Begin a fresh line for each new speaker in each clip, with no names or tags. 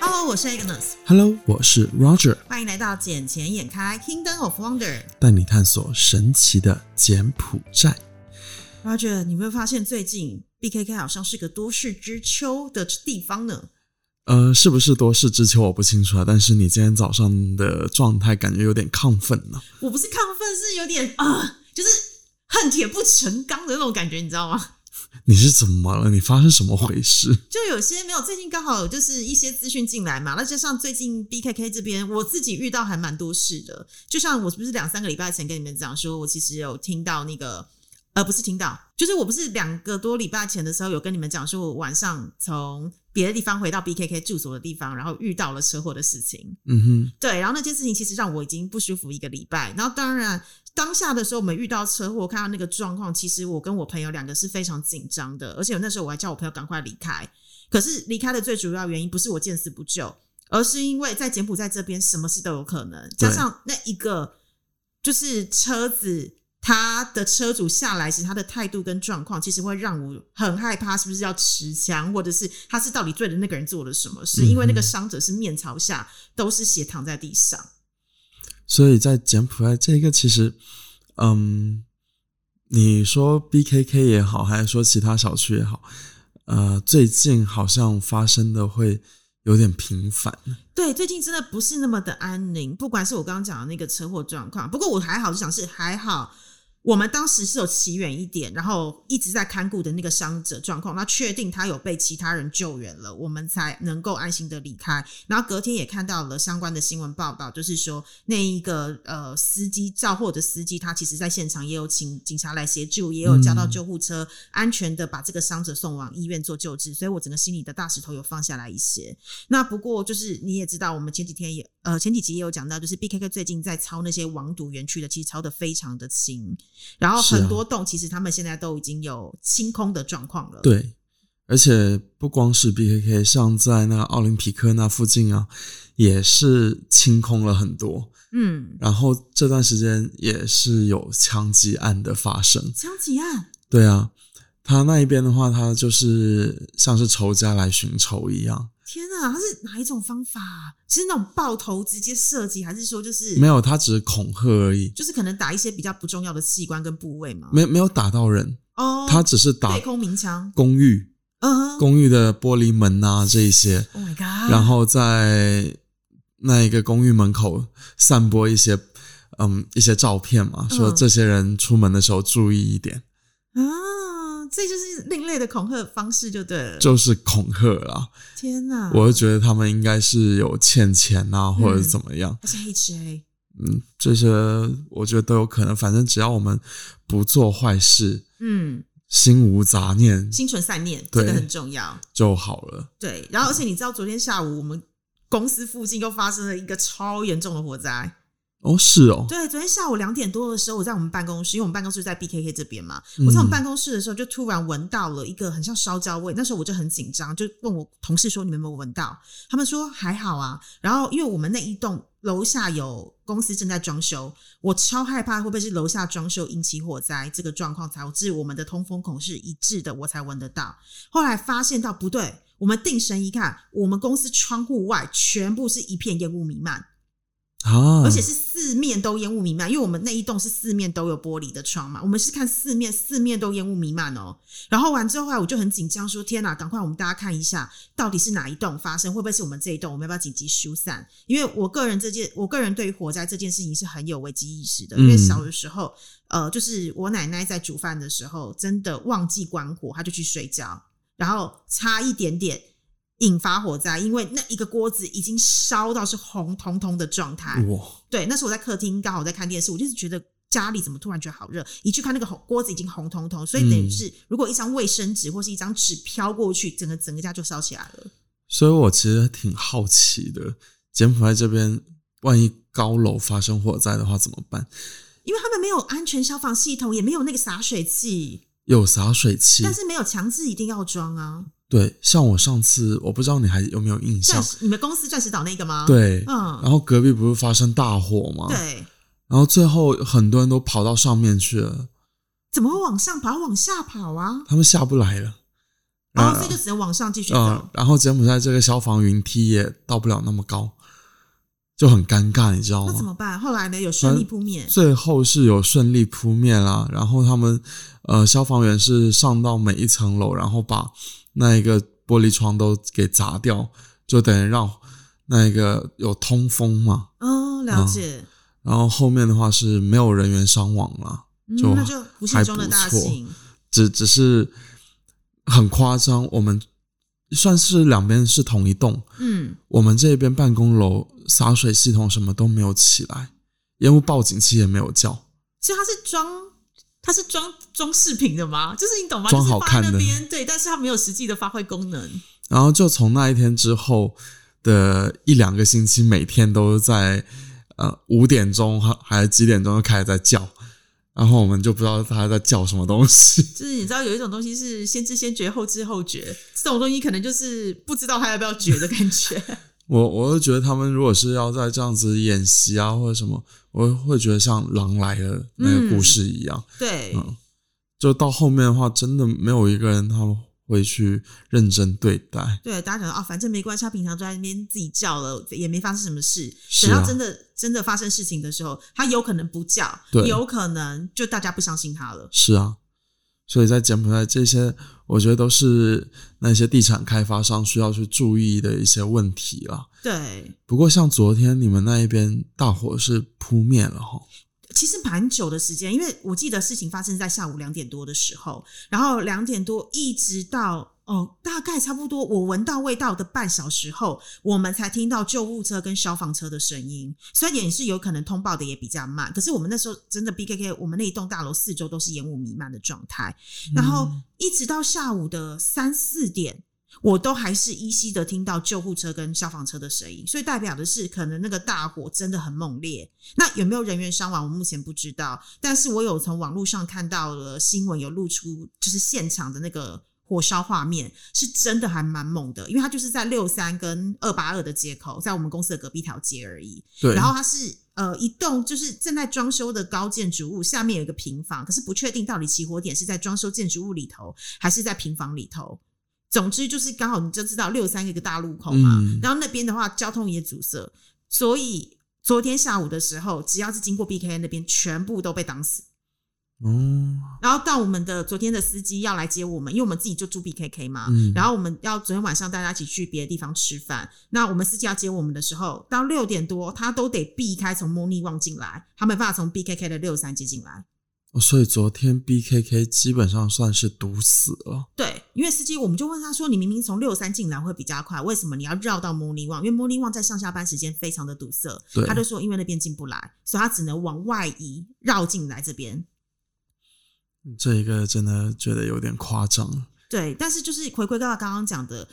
Hello，我是 Agnes，
Hello，我是 Roger，
欢迎来到《眼前眼开 Kingdom of Wonder》。
带你探索神奇的柬埔寨。
Roger，你有没有发现最近 BKK 好像是个多事之秋的地方呢？
呃，是不是多事之秋我不清楚啊，但是你今天早上的状态感觉有点亢奋呢、
我不是亢奋，是有点啊、就是恨铁不成钢的那种感觉，你知道吗？
你是怎么了？你发生什么回事？
就有些没有，最近刚好就是一些资讯进来嘛，那加上最近 BKK 这边我自己遇到还蛮多事的，就像我不是两三个礼拜前跟你们讲说，我其实有听到那个。呃，不是听到，就是我不是两个多礼拜前的时候有跟你们讲，说我晚上从别的地方回到 BKK 住所的地方，然后遇到了车祸的事情。
嗯
对，然后那件事情其实让我已经不舒服一个礼拜。然后当然当下的时候，我们遇到车祸，看到那个状况，其实我跟我朋友两个是非常紧张的，而且那时候我还叫我朋友赶快离开。可是离开的最主要原因不是我见死不救，而是因为在柬埔寨这边什么事都有可能，加上那一个就是车子。他的车主下来时，他的态度跟状况，其实会让我很害怕，是不是要持枪，或者是他是到底对的那个人做了什么事？因为那个
嗯哼
伤者是面朝下，都是血躺在地上。
哼，所以在柬埔寨这个其实，嗯，你说 BKK 也好，还是说其他小区也好，呃，最近好像发生的会有点频繁。
对，最近真的不是那么的安宁，不管是我刚刚讲的那个车祸状况，不过我还好，就想是还好，我们当时是有骑远一点，然后一直在看顾的那个伤者状况，那确定他有被其他人救援了，我们才能够安心的离开。然后隔天也看到了相关的新闻报道，就是说那一个呃司机肇祸的司机，他其实在现场也有请警察来协助，也有叫到
嗯
救护车，安全的把这个伤者送往医院做救治。所以我整个心里的大石头有放下来一些。那不过就是你也知道，我们前几天也呃前几集也有讲到，就是 BKK 最近在抄那些网赌园区的，其实抄的非常的轻，然后
是啊
很多栋其实他们现在都已经有清空的状况了。，
对，而且不光是 BKK，像在那个奥林匹克那附近啊，也是清空了很多。
嗯，
然后这段时间也是有枪击案的发生。
枪击案，
对啊，他那一边的话，他就是像是仇家来寻仇一样。
天啊，它是哪一种方法啊、是那种爆头直接射击，还是说就是
没有，他只是恐吓而已，
就是可能打一些比较不重要的器官跟部位嘛？
没没有打到人，
哦，
他只是打
对空鸣枪，
公寓
嗯哼
公寓的玻璃门啊这一些。
，Oh my god，
然后在那一个公寓门口散播一些嗯一些照片嘛，
嗯
说这些人出门的时候注意一点，
啊，这就是另类的恐吓方式就对嗯了。
就是恐吓啦。
天啊哪，
我就觉得他们应该是有欠钱啊，
嗯
或者是怎么样，
而且黑吃黑。
嗯，这些我觉得都有可能。反正只要我们不做坏事，
嗯，
心无杂念
心存善念，这
对
个很重要。
就好了。
对，然后而且你知道，昨天下午我们公司附近又发生了一个超严重的火灾。
哦，是哦，
对，昨天下午两点多的时候，我在我们办公室，因为我们办公室在 BKK 这边嘛，
嗯
我在我们办公室的时候就突然闻到了一个很像烧焦味，那时候我就很紧张，就问我同事说你们有没有闻到？他们说还好啊。然后因为我们那一栋楼下有公司正在装修，我超害怕会不会是楼下装修引起火灾这个状况，导致我们的通风孔是一致的，我才闻得到。后来发现到不对，我们定神一看，我们公司窗户外全部是一片烟雾弥漫。
啊，
而且是四面都烟雾弥漫，因为我们那一栋是四面都有玻璃的窗嘛，我们是看四面，四面都烟雾弥漫哦。然后完之后，后来我就很紧张，说：“天哪，赶快我们大家看一下，到底是哪一栋发生？会不会是我们这一栋？我们要不要紧急疏散？”因为我个人这件，我个人对于火灾这件事情是很有危机意识的，因为
嗯
小的时候，呃，就是我奶奶在煮饭的时候，真的忘记关火，她就去睡觉，然后差一点点。引发火灾，因为那一个锅子已经烧到是红彤彤的状态，
哇，
对，那时候我在客厅，刚好我在看电视，我就是觉得家里怎么突然觉得好热，一去看那个红锅子已经红彤彤，所以等于
嗯
是如果一张卫生纸或是一张纸飘过去，整个整个家就烧起来了。
所以我其实挺好奇的，柬埔寨这边万一高楼发生火灾的话怎么办？
因为他们没有安全消防系统，也没有那个洒水器，
有洒水器
但，是没有强制一定要装啊。
对，像我上次，我不知道你还有没有印
钻
象，
石，你们公司钻石岛那个吗？，
啊对，
嗯，
然后隔壁不是发生大火吗？，
对，
然后最后很多人都跑到上面去了，
怎么会往上跑，往下跑啊？
他们下不来了。
然后
呃
所以就只能往上继续走。
嗯，然后柬埔寨这个消防云梯也到不了那么高，就很尴尬，你知道
那怎
吗？
么办？后来呢？有顺利扑灭，
最后是有顺利扑灭啦，然后他们呃消防员是上到每一层楼，然后把那一个玻璃窗都给砸掉，就等于让那个有通风嘛。
哦，
嗯
了解，
然后后面的话是没有人员伤亡了，
嗯
就，
那就不幸中的大幸。
只只是很夸张，我们算是两边是同一栋，
嗯，
我们这边办公楼洒水系统什么都没有起来，烟雾报警器也没有叫，
所以它是装，它是装装饰品的吗？就是你懂吗？
装好看的
就是放在那边对，但是它没有实际的发挥功能。
然后就从那一天之后的一两个星期，每天都在呃五点钟还还是几点钟就开始在叫，然后我们就不知道他在叫什么东西。
就是你知道有一种东西是先知先觉，后知后觉，这种东西可能就是不知道它要不要觉的感觉。
我我就觉得他们如果是要在这样子演习啊或者什么，我会觉得像狼来了那个故事一样。
对，
嗯，就到后面的话，真的没有一个人他们会去认真对待。
对，大家想说啊，反正没关系，他平常就在那边自己叫了，也没发生什么事。
是
等
啊
到真的真的发生事情的时候，他有可能不叫，
对
有可能就大家不相信他了。
是啊，所以在柬埔寨这些，我觉得都是那些地产开发商需要去注意的一些问题啦。
对，
不过像昨天你们那一边大火是扑灭了哈，
其实蛮久的时间，因为我记得事情发生在下午两点多的时候，然后两点多一直到哦，大概差不多我闻到味道的半小时后，我们才听到救护车跟消防车的声音。虽然也是有可能通报的也比较慢，可是我们那时候真的 BKK，我们那一栋大楼四周都是烟雾弥漫的状态。嗯然后
嗯
一直到下午的三四点，我都还是依稀的听到救护车跟消防车的声音，所以代表的是可能那个大火真的很猛烈。那有没有人员伤亡，我目前不知道，但是我有从网络上看到了新闻，有露出就是现场的那个。火烧画面是真的还蛮猛的，因为它就是在六三跟二八二的街口，在我们公司的隔壁条街而已。
对，
然后它是呃一栋就是正在装修的高建筑物，下面有一个平房，可是不确定到底起火点是在装修建筑物里头还是在平房里头。总之就是刚好你就知道六三一个大路口嘛，
嗯
然后那边的话交通也阻塞，所以昨天下午的时候，只要是经过 BKN 那边，全部都被挡死。
嗯，
然后到我们的昨天的司机要来接我们，因为我们自己就住 BKK 嘛，
嗯
然后我们要昨天晚上大家一起去别的地方吃饭。那我们司机要接我们的时候，到六点多他都得避开从莫尼旺进来，他没办法从 BKK 的六三接进来。
哦所以昨天 BKK 基本上算是堵死了。
对，因为司机我们就问他说：“你明明从六三进来会比较快，为什么你要绕到莫尼旺？因为莫尼旺在上下班时间非常的堵塞。”
对
他就说：“因为那边进不来，所以他只能往外移，绕进来这边。”
这一个真的觉得有点夸张了。
对，但是就是回归到刚刚讲的，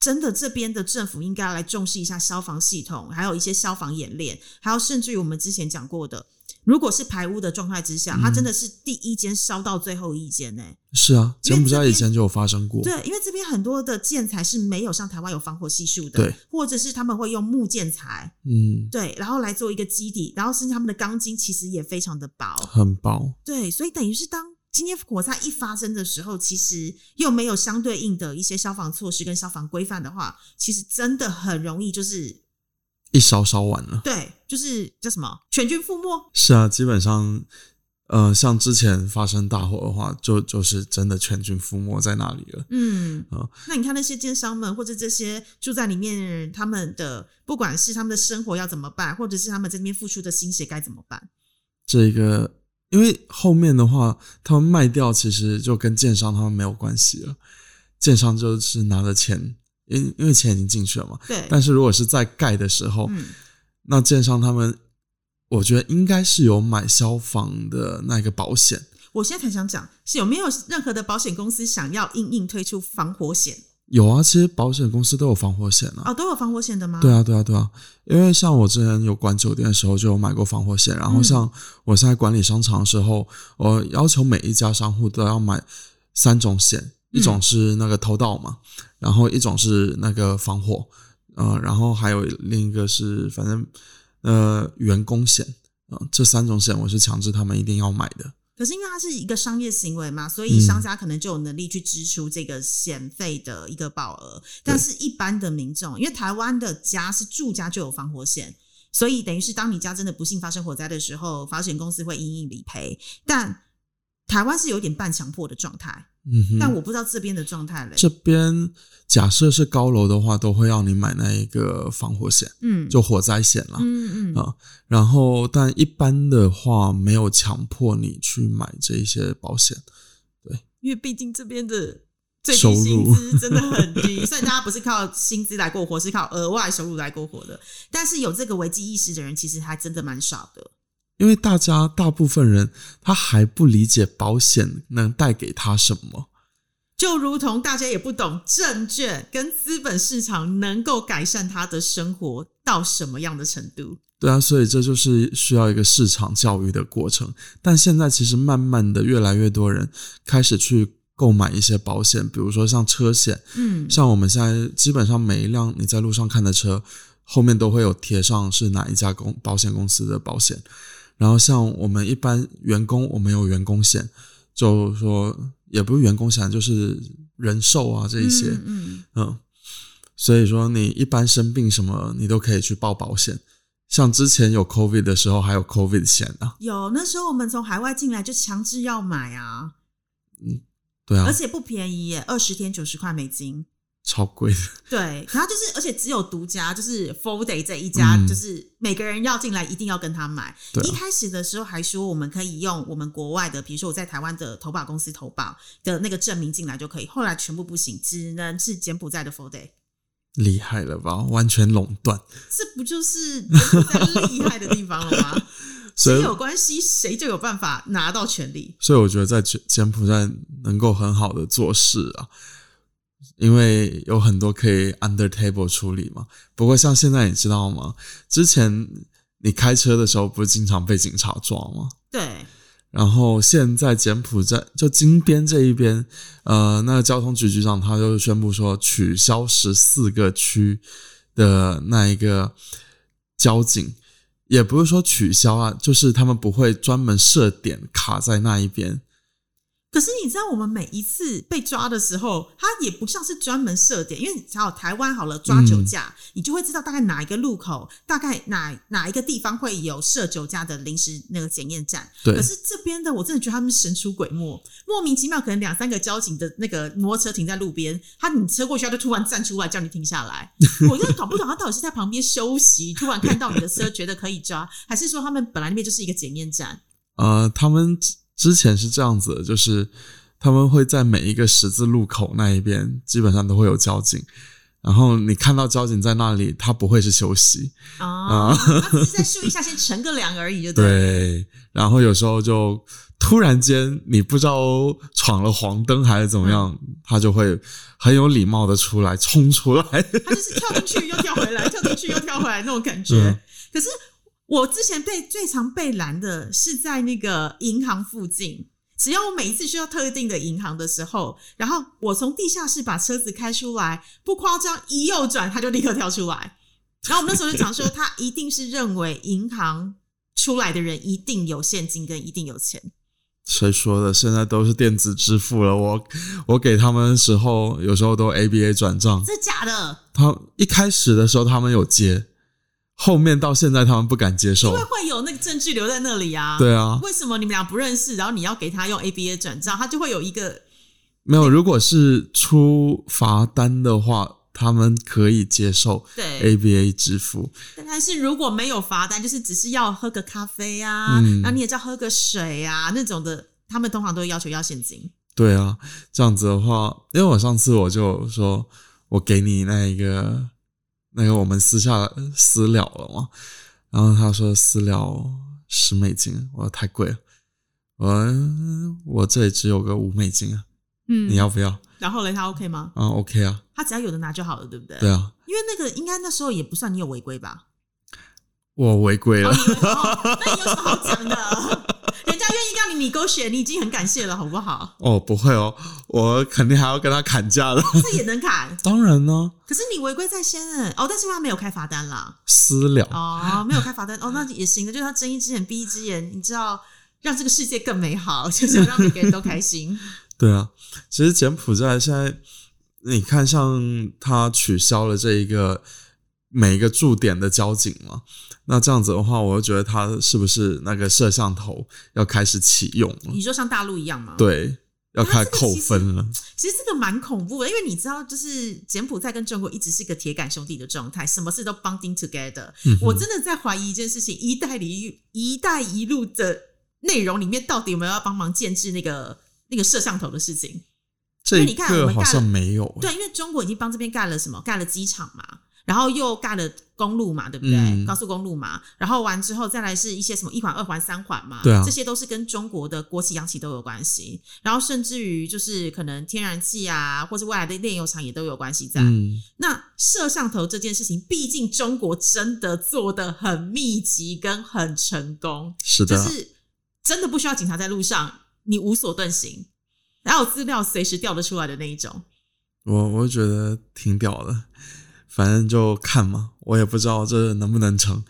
真的这边的政府应该来重视一下消防系统，还有一些消防演练，还有甚至于我们之前讲过的，如果是排污的状态之下，它真的是第一间烧到最后一间呢、
是啊，
因为
柬埔寨
这边
以前就有发生过。
对，因为这边很多的建材是没有像台湾有防火系数的，
对，
或者是他们会用木建材，
嗯，
对，然后来做一个基底，然后甚至他们的钢筋其实也非常的薄，
很薄。
对，所以等于是当今天火灾一发生的时候，其实又没有相对应的一些消防措施跟消防规范的话，其实真的很容易就是
一烧烧完了。
对，就是叫什么全军覆没。
是啊，基本上，呃，像之前发生大火的话，就就是真的全军覆没在那里了。
嗯
啊，
那你看那些奸商们，或者这些住在里面的人，他们的不管是他们的生活要怎么办，或者是他们这边付出的心血该怎么办？
这个，因为后面的话，他们卖掉其实就跟建商他们没有关系了，建商就是拿着钱，因因为钱已经进去了嘛。
对，
但是如果是在盖的时候，
嗯，
那建商他们，我觉得应该是有买消防的那个保险。
我现在才想讲，是有没有任何的保险公司想要硬硬推出防火险
有啊，其实保险公司都有防火险啊。
啊、哦？都有防火险的吗？
对啊，对啊，对啊，因为像我之前有管酒店的时候就有买过防火险，然后
嗯
像我现在管理商场的时候，我要求每一家商户都要买三种险，一
嗯
种是那个偷盗嘛，然后一种是那个防火，呃，然后还有另一个是呃反正呃员工险，啊、这三种险我是强制他们一定要买的。
可是因为它是一个商业行为嘛，
嗯
所以商家可能就有能力去支出这个险费的一个保额。但是，一般的民众，因为台湾的家是住家就有防火险，所以等于是当你家真的不幸发生火灾的时候，保险公司会因应理赔。但台湾是有点半强迫的状态，
嗯哼，
但我不知道这边的状态嘞。
这边假设是高楼的话，都会要你买那一个防火险，
嗯，
就火灾险啦。
嗯嗯嗯
啊然后，但一般的话没有强迫你去买这一些保险。
因为毕竟这边的最
收
低
入
薪资真的很 低，所以大家不是靠薪资来过活，是靠额外收入来过活的。但是有这个危机意识的人，其实还真的蛮少的。
因为大家大部分人他还不理解保险能带给他什么，
就如同大家也不懂证券跟资本市场能够改善他的生活到什么样的程度。
对啊，所以这就是需要一个市场教育的过程。但现在其实慢慢的，越来越多人开始去购买一些保险，比如说像车险，
嗯
像我们现在基本上每一辆你在路上看的车，后面都会有贴上是哪一家公保险公司的保险。然后像我们一般员工，我们有员工险，就说也不是员工险，就是人寿啊这一些，
嗯嗯
嗯，所以说你一般生病什么，你都可以去报保险。像之前有 COVID 的时候，还有 COVID 险啊，
有那时候我们从海外进来就强制要买啊，
对啊
而，且不便宜耶，二十天九十块美金。
超贵的。
对，然后就是，而且只有独家，就是 Full Day 这一家，
嗯
就是每个人要进来一定要跟他买。
对啊
一开始的时候还说我们可以用我们国外的，比如说我在台湾的投保公司投保的那个证明进来就可以，后来全部不行，只能是柬埔寨的 Full Day。
厉害了吧？完全垄断，
这不就是柬埔寨厉害的地方了 吗？
所
谁
以
有关系，谁就有办法拿到权利。
所以我觉得在柬柬埔寨能够很好的做事啊，因为有很多可以 under table 处理嘛。不过像现在你知道吗？之前你开车的时候不是经常被警察抓吗？
对，
然后现在柬埔寨就金边这一边，呃，那个交通局局长他就宣布说取消十四个区的那一个交警，也不是说取消啊，就是他们不会专门设点卡在那一边。
可是你知道，我们每一次被抓的时候，它也不像是专门设点，因为你知道台湾好了抓酒驾，你就会知道大概哪一个路口，大概哪哪一个地方会有设酒驾的临时那个检验站。
对
可是这边的，我真的觉得他们神出鬼没，莫名其妙，可能两三个交警的那个摩托车停在路边，他你车过去，他就突然站出来叫你停下来。我真的搞不懂他到底是在旁边休息，突然看到你的车觉得可以抓，还是说他们本来那边就是一个检验站？
呃，他们之之前是这样子的，就是他们会在每一个十字路口那一边基本上都会有交警，然后你看到交警在那里，他不会是休息。
哦，他只是在树荫下先乘个凉而已，就对了。
对，然后有时候就突然间你不知道闯了黄灯还是怎么样，他就会很有礼貌的出来冲出来。
他就是跳进去又跳回来，跳进去又跳回来那种感觉。
嗯
可是我之前被最常被拦的是在那个银行附近。只要我每一次去到特定的银行的时候，然后我从地下室把车子开出来，不夸张，一右转他就立刻跳出来。 然后我们那时候就讲说，他一定是认为银行出来的人一定有现金跟一定有钱。
谁说的？现在都是电子支付了。我我给他们的时候，有时候都 ABA 转账。
这假的，
他一开始的时候他们有接，后面到现在他们不敢接
因
受
为。会有那个证据留在那里啊。
对啊，
为什么你们俩不认识，然后你要给他用 ABA 转账，他就会有一个
没有。如果是出罚单的话，他们可以接受
对
ABA 支付。
但是如果没有罚单，就是只是要喝个咖啡啊，
嗯
然后你也叫喝个水啊那种的，他们通常都会要求要现金。
对啊，这样子的话，因为我上次我就说，我给你那一个那个我们私下私了了嘛，然后他说私了十美金，我说太贵了，我说嗯我这里只有个五美金啊，
嗯
你要不要？
然后嘞，他 OK 吗？
啊，OK 啊，
他只要有的拿就好了，对不对？
对啊，
因为那个应该那时候也不算你有违规吧？
我违规了
哦，你哦那你有什么好讲的？ 人家愿意让你你勾选，你已经很感谢了，好不 好？
哦，不会哦，我肯定还要跟他砍价的，
这也能砍，
当然呢，
可是你违规在先哎、哦，但是因为他没有开罚单啦。
私了， 嗯
哦，没有开罚单哦，那也行的，就是他睁一只眼闭一只眼，你知道让这个世界更美好，就是让每个人都开 心。
对啊，其实柬埔寨现在你看，像它取消了这一个每一个驻点的交警嘛，那这样子的话，我就觉得它是不是那个摄像头要开始启用了？
你说像大陆一样吗？。
对，要
啊
开始扣分了。
其实这个蛮恐怖的，因为你知道，就是柬埔寨跟中国一直是个铁杆兄弟的状态，什么事都 bonding together。
嗯哼
我真的在怀疑一件事情：一带一一带一路的内容里面，到底有没有要帮忙建制那个那个摄像头的事情？因
这
为
一
你看我
个
们
好
大
像
陆
没有、
对，因为中国已经帮这边盖了什么？盖了机场嘛，然后又盖了公路嘛，对不对？
嗯
高速公路嘛，然后完之后再来是一些什么一环、二环、三环嘛，
对啊
这些都是跟中国的国企、央企都有关系。然后甚至于就是可能天然气啊，或是未来的炼油厂也都有关系在。
嗯，
那摄像头这件事情，毕竟中国真的做的很密集跟很成功，
是的
就
啊，
是真的不需要警察在路上，你无所遁形，然后资料随时调得出来的那一种。
我我觉得挺屌的，反正就看嘛，我也不知道这能不能成。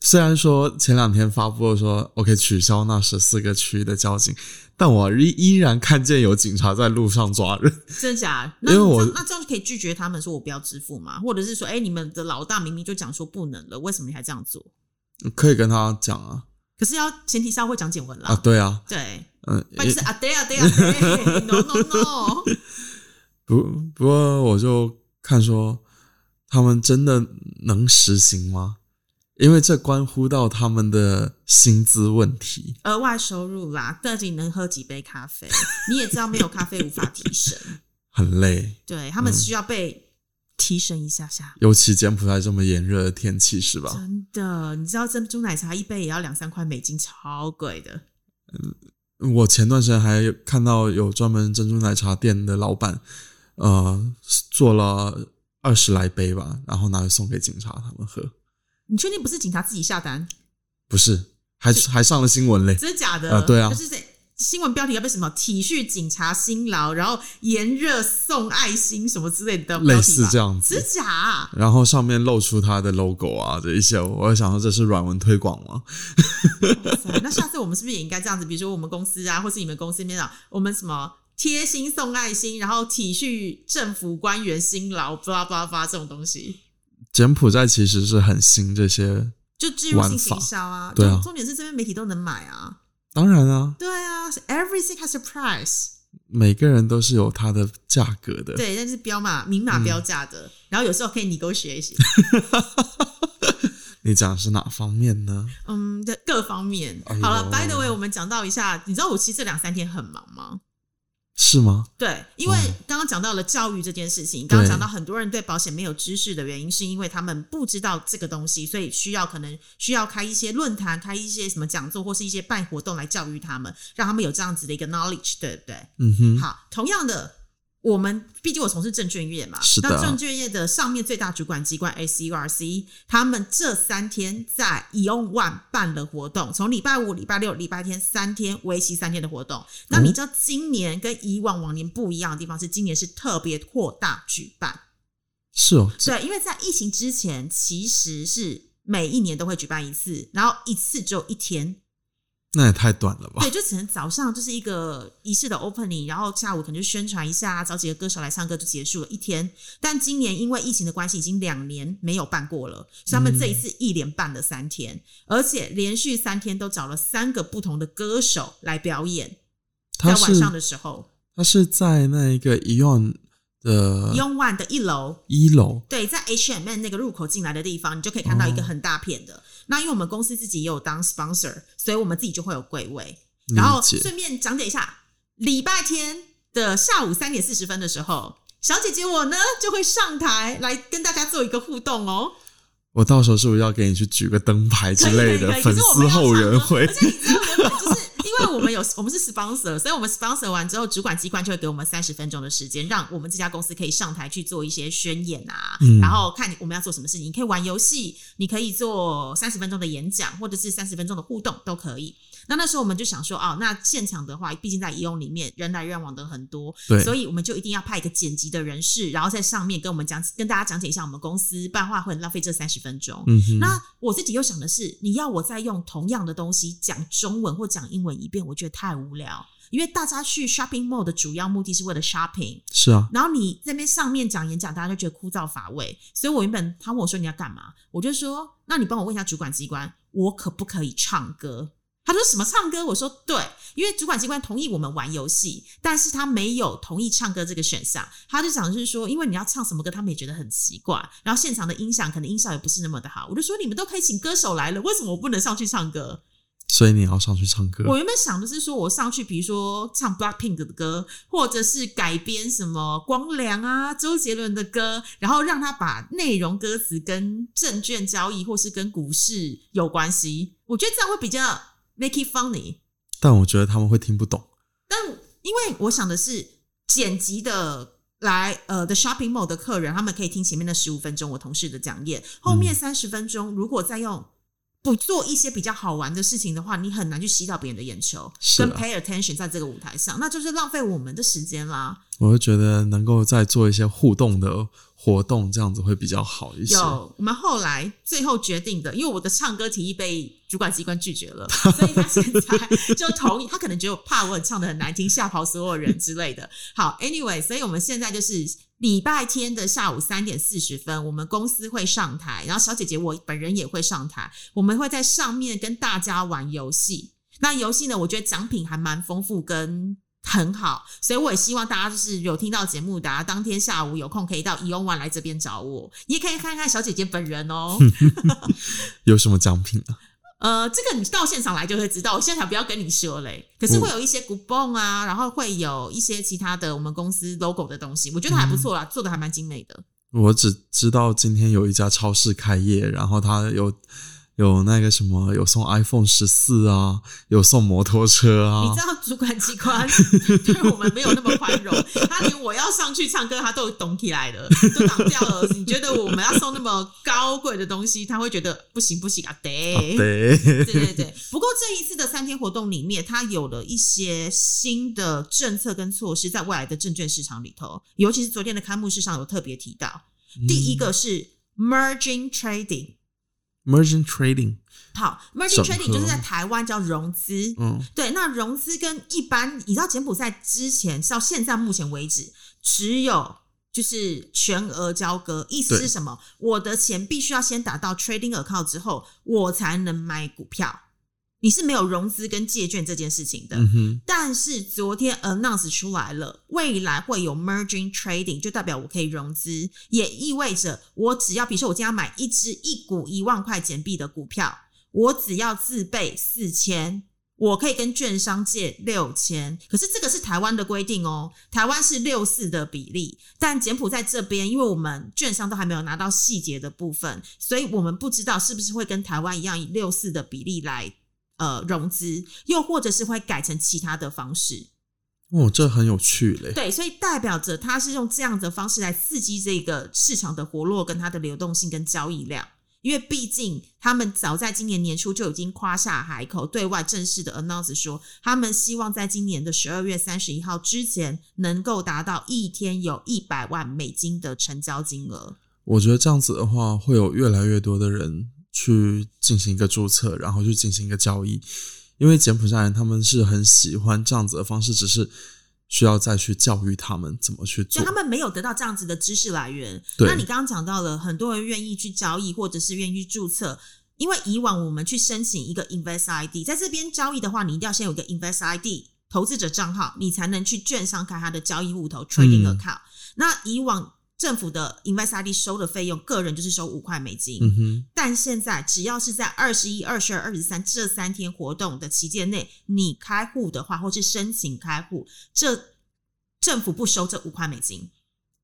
虽然说前两天发布了说 OK 取消那十四个区的交警，但我依依然看见有警察在路上抓人。
真的假的？那
因为我
这样那这样就可以拒绝他们说我不要支付嘛，或者是说，哎、你们的老大明明就讲说不能了，为什么你还这样做？
可以跟他讲啊
可是要前提是要会讲简文啦，
啊，对啊，
对，
嗯，
不然就是啊对啊对啊对 ，no no no，
不不过我就看说他们真的能实行吗？因为这关乎到他们的薪资问题。
额外收入啦，到底能喝几杯咖啡？你也知道没有咖啡无法提 升，
很累，
对他们需要被提升一下下。
尤其柬埔寨这么炎热的天气，是吧？
真的，你知道珍珠奶茶一杯也要两三块美金，超贵的。
我前段时间还有看到有专门珍珠奶茶店的老板，呃，做了二十来杯吧，然后拿去送给警察他们喝，
你确定不是警察自己下单？
不是，还还上了新闻嘞。
真的假的？
啊对啊
就是在新闻标题要被什么“体恤警察辛劳”，然后“炎热送爱心”什么之类的标题吧
类似这，样
真
子，
假啊？
然后上面露出他的 logo 啊，这一些，我想说这是软文推广吗？
哇塞那下次我们是不是也应该这样子？比如说我们公司啊，或是你们公司面啊，我们什么贴心送爱心，然后体恤政府官员辛劳，巴拉巴拉巴拉这种东西。
柬埔寨其实是很新这些，
就植入性
玩法
行销啊，
对啊
重重点是这边媒体都能买啊，
当然啊，
对啊，everything has a price，
每个人都是有它的价格的。
对，但是标嘛，明码标价的，然后有时候可以 negotiate，
你讲的是哪方面呢？
嗯，的各方面。
哎呦
好了，by the way，我们讲到一下，你知道我其实这两三天很忙吗？
是吗？
对，因为
嗯
刚刚讲到了教育这件事情，刚刚讲到很多人对保险没有知识的原因，是因为他们不知道这个东西，所以需要可能需要开一些论坛、开一些什么讲座或是一些办活动来教育他们，让他们有这样子的一个 knowledge，对不对？
嗯哼，
好，同样的，我们毕竟我从事证券业嘛，
是的
那证券业的上面最大主管机关 SCRC，他们这三天在 Eon One 办了活动，从礼拜五、礼拜六、礼拜天三天，为期三天的活动。那你知道今年跟以往往年不一样的地方是，今年是特别扩大举办。
是哦，这
对，因为在疫情之前，其实是每一年都会举办一次，然后一次只有一天，
那也太短了吧？
对，就只能早上就是一个仪式的 opening，然后下午可能就宣传一下，找几个歌手来唱歌就结束了一天。但今年因为疫情的关系，已经两年没有办过了，所以他们这一次一连办了三天，而且连续三天都找了三个不同的歌手来表演，在
他
晚
是
上的时候
他是在那一个 Eon 的
，Young One 的一楼
一楼，
对，在 H&M 那个入口进来的地方，你就可以看到
哦
一个很大片的。那因为我们公司自己也有当 sponsor，所以我们自己就会有柜位。
理
然后
解
顺便讲解一下，礼拜天的下午三点四十分的时候，小姐姐我呢就会上台来跟大家做一个互动哦。
我到时候是不是要给你去举个灯牌之
可以
类
可
的
以可以可
粉
是我
丝
们要
后
唱
援
歌
会
而？且你知道原本就是因为我们有我们是 sponsor，所以我们 sponsor 完之后，主管机关就会给我们三十分钟的时间，让我们这家公司可以上台去做一些宣言啊，
嗯
然后看我们要做什么事情。你可以玩游戏，你可以做三十分钟的演讲，或者是三十分钟的互动都可以。那那时候我们就想说，哦，那现场的话，毕竟在医用里面人来人往的很多，
对
所以我们就一定要派一个剪辑的人士，然后在上面跟我们讲，跟大家讲解一下我们公司，不然的话会很浪费这三十分钟。
嗯哼，
那我自己又想的是，你要我再用同样的东西讲中文或讲英文一遍，我觉得太无聊。因为大家去 shopping mall 的主要目的是为了 shopping，
是啊，
然后你这边上面讲演讲，大家就觉得枯燥乏味。所以我原本他问我说你要干嘛，我就说那你帮我问一下主管机关，我可不可以唱歌？他说什么唱歌？我说对，因为主管机关同意我们玩游戏，但是他没有同意唱歌这个选项。他就讲就是说，因为你要唱什么歌，他们也觉得很奇怪。然后现场的音响可能音效也不是那么的好，我就说你们都可以请歌手来了，为什么我不能上去唱歌？
所以你要上去唱歌，
我原本想的是说，我上去，比如说唱 Blackpink 的歌，或者是改编什么光良啊、周杰伦的歌，然后让他把内容、歌词跟证券交易或是跟股市有关系。我觉得这样会比较 make it funny。
但我觉得他们会听不懂。
但因为我想的是剪辑的来呃的 shopping mall 的客人，他们可以听前面的十五分钟我同事的讲演，后
嗯
面三十分钟如果再用不做一些比较好玩的事情的话，你很难去吸到别人的眼球，
是啊
跟 pay attention 在这个舞台上，那就是浪费我们的时间啦。
我会觉得能够再做一些互动的活动，这样子会比较好一些。
有我们后来最后决定的，因为我的唱歌提议被主管机关拒绝了，所以他现在就同意。他可能觉得我怕我唱的很难听，吓跑所有人之类的。好，anyway，所以我们现在就是礼拜天的下午三点四十分，我们公司会上台，然后小姐姐我本人也会上台，我们会在上面跟大家玩游戏。那游戏呢，我觉得奖品还蛮丰富跟。很好，所以我也希望大家就是有听到节目的、啊，当天下午有空可以到 E O One 来这边找我，你也可以看看小姐姐本人哦。
有什么奖品啊？
呃，这个你到现场来就会知道，我现场不要跟你说嘞。可是会有一些 coupon 啊，然后会有一些其他的我们公司 logo 的东西，我觉得还不错啦，做的还蛮精美的。
我只知道今天有一家超市开业，然后它有有那个什么，有送 iPhone 十四啊，有送摩托车
你
啊
知。道主管机 关对我们没有那么宽容，他连我要上去唱歌，他都懂起来了，都挡掉了。你觉得我们要送那么高贵的东西，他会觉得不行不行啊？得、
啊对，
对对对，不过这一次的三天活动里面，它有了一些新的政策跟措施，在未来的证券市场里头，尤其是昨天的开幕式上有特别提到。
嗯
第一个是 merging trading，
merchant trading，
好，merging
整
trading 就是
合
在台湾叫融资，
嗯，
对，那融资跟一般，你知道柬埔寨之前到现在目前为止，只有就是全额交割，意思
对
是什么？我的钱必须要先打到 trading account 之后，我才能买股票。你是没有融资跟借券这件事情的。
嗯哼，
但是昨天 announce 出来了，未来会有 merging trading，就代表我可以融资，也意味着我只要，比如说我今天要买一只一股一万块钱币的股票，我只要自备四千。我可以跟券商借六千，可是这个是台湾的规定哦，台湾是六四的比例，但柬埔寨这边，因为我们券商都还没有拿到细节的部分，所以我们不知道是不是会跟台湾一样以六四的比例来呃融资，又或者是会改成其他的方式。
哦，这很有趣嘞。
对，所以代表着它是用这样的方式来刺激这个市场的活络跟它的流动性跟交易量。因为毕竟他们早在今年年初就已经夸下海口，对外正式的 announce 说，他们希望在今年的十二月三十一号之前能够达到一天有一百万美金的成交金额。
我觉得这样子的话，会有越来越多的人去进行一个注册，然后去进行一个交易，因为柬埔寨人他们是很喜欢这样子的方式，只是需要再去教育他们怎么去
所
做
以他。们没有得到这样子的知识来源。
对
那你刚刚讲到了，很多人愿意去交易，或者是愿意注册。因为以往我们去申请一个 Invest ID，在这边交易的话，你一定要先有一个 Invest ID 投资者账号，你才能去券商开他的交易户
嗯
头 Trading account。那以往政府的 Invest ID 收的费用，个人就是收五块美金。
嗯哼，
但现在只要是在二十一、二十二、二十三这三天活动的期间内，你开户的话，或是申请开户，这政府不收这五块美金，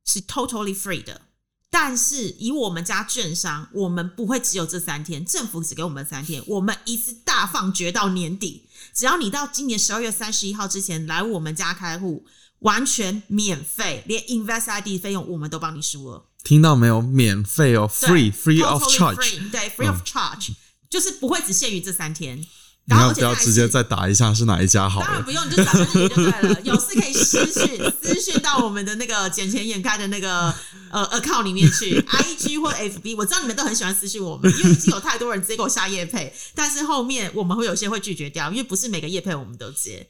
是 totally free 的。但是以我们家券商，我们不会只有这三天，政府只给我们三天，我们一次大放厥到年底。只要你到今年十二月三十一号之前来我们家开户，完全免费，连 Invest ID 费用我们都帮你出了。
听到没有？免费哦
对
，free free of
totally
charge。嗯
free，对，free of charge，、就是不会只限于这三天。
你
然后
要
而且
不要
再来
直接
是
再打一下是哪一家好
当然
了？
不用，你就找下自己就对了。有事可以私讯，私讯到我们的那个捡钱眼开的那个呃 account 里面去，IG 或 FB。我知道你们都很喜欢私讯我们，因为已经有太多人直接给我下夜配，但是后面我们会有些会拒绝掉，因为不是每个夜配我们都接。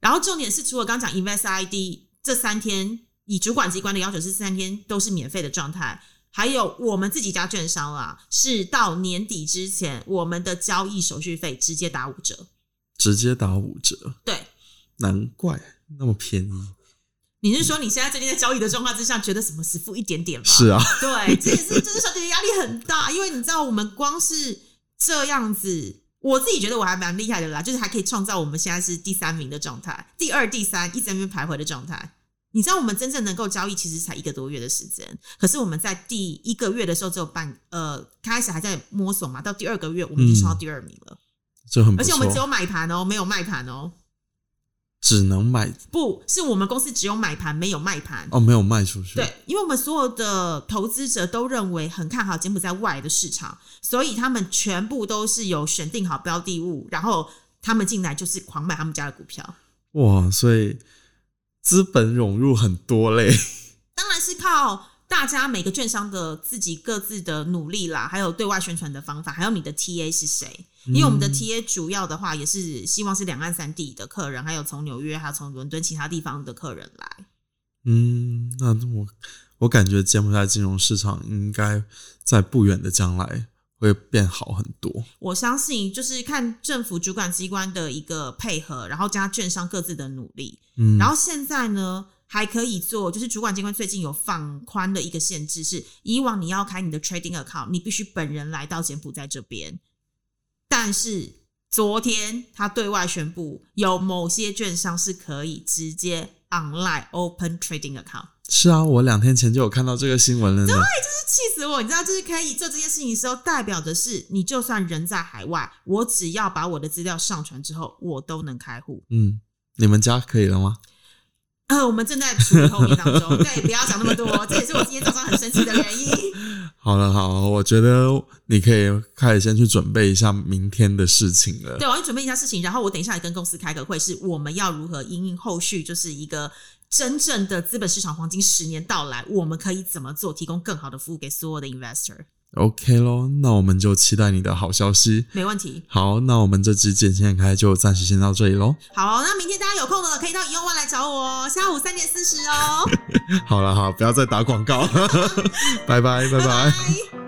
然后重点是，除了刚讲 Invest ID 这三天，以主管机关的要求是三天都是免费的状态。还有我们自己家券商啊，是到年底之前，我们的交易手续费直接打五折。
直接打五折，
对，
难怪那么便宜。
你是说你现在最近在交易的状况之下，觉得什么只付一点点吗？
是啊，
对，这也是就是小姐姐压力很大，因为你知道我们光是这样子，我自己觉得我还蛮厉害的啦，就是还可以创造我们现在是第三名的状态，第二、第三一直在那边徘徊的状态。你知道我们真正能够交易其实才一个多月的时间，可是我们在第一个月的时候只有半呃开始还在摸索嘛，到第二个月我们就冲到第二名了，
就嗯很不
而且我们只有
错。
买盘哦，没有卖盘哦，
只能买
不是我们公司只有买盘没有卖盘
哦，没有卖出去。
对，因为我们所有的投资者都认为很看好柬埔寨外的市场，所以他们全部都是有选定好标的物，然后他们进来就是狂买他们家的股票。
哇，所以资本涌入很多嘞。
当然是靠大家每个券商的自己各自的努力啦，还有对外宣传的方法，还有你的 TA 是谁。因为我们的 TA 主要的话也是希望是两岸三地的客人，还有从纽约，还有从伦敦其他地方的客人来。
嗯，那我我感觉柬埔寨金融市场应该在不远的将来会变好很多。
我相信就是看政府主管机关的一个配合，然后加券商各自的努力，
嗯，
然后现在呢，还可以做，就是主管机关最近有放宽的一个限制是，以往你要开你的 trading account，你必须本人来到柬埔寨这边。但是昨天他对外宣布，有某些券商是可以直接 online open trading account。
是啊，我两天前就有看到这个新闻了呢。
气死我！你知道，就是可以做这件事情的时候，代表的是你就算人在海外，我只要把我的资料上传之后，我都能开户。
嗯，你们家可以了吗？
呃，我们正在处理后面当中，对，不要讲那么多，这也是我今天早上很生气的原因。
好了好了，我觉得你可以开始先去准备一下明天的事情了。
对，我要准备一下事情，然后我等一下也跟公司开个会，是我们要如何因应后续就是一个真正的资本市场黄金十年到来，我们可以怎么做，提供更好的服务给所有的 investor。
OK 咯，那我们就期待你的好消息。
没问题。
好，那我们这支剪线开就暂时先到这里喽。
好，那明天大家有空了，可以到一用万来找我哦，下午三点四十哦。
好了好，不要再打广告，拜拜
拜
拜拜。
拜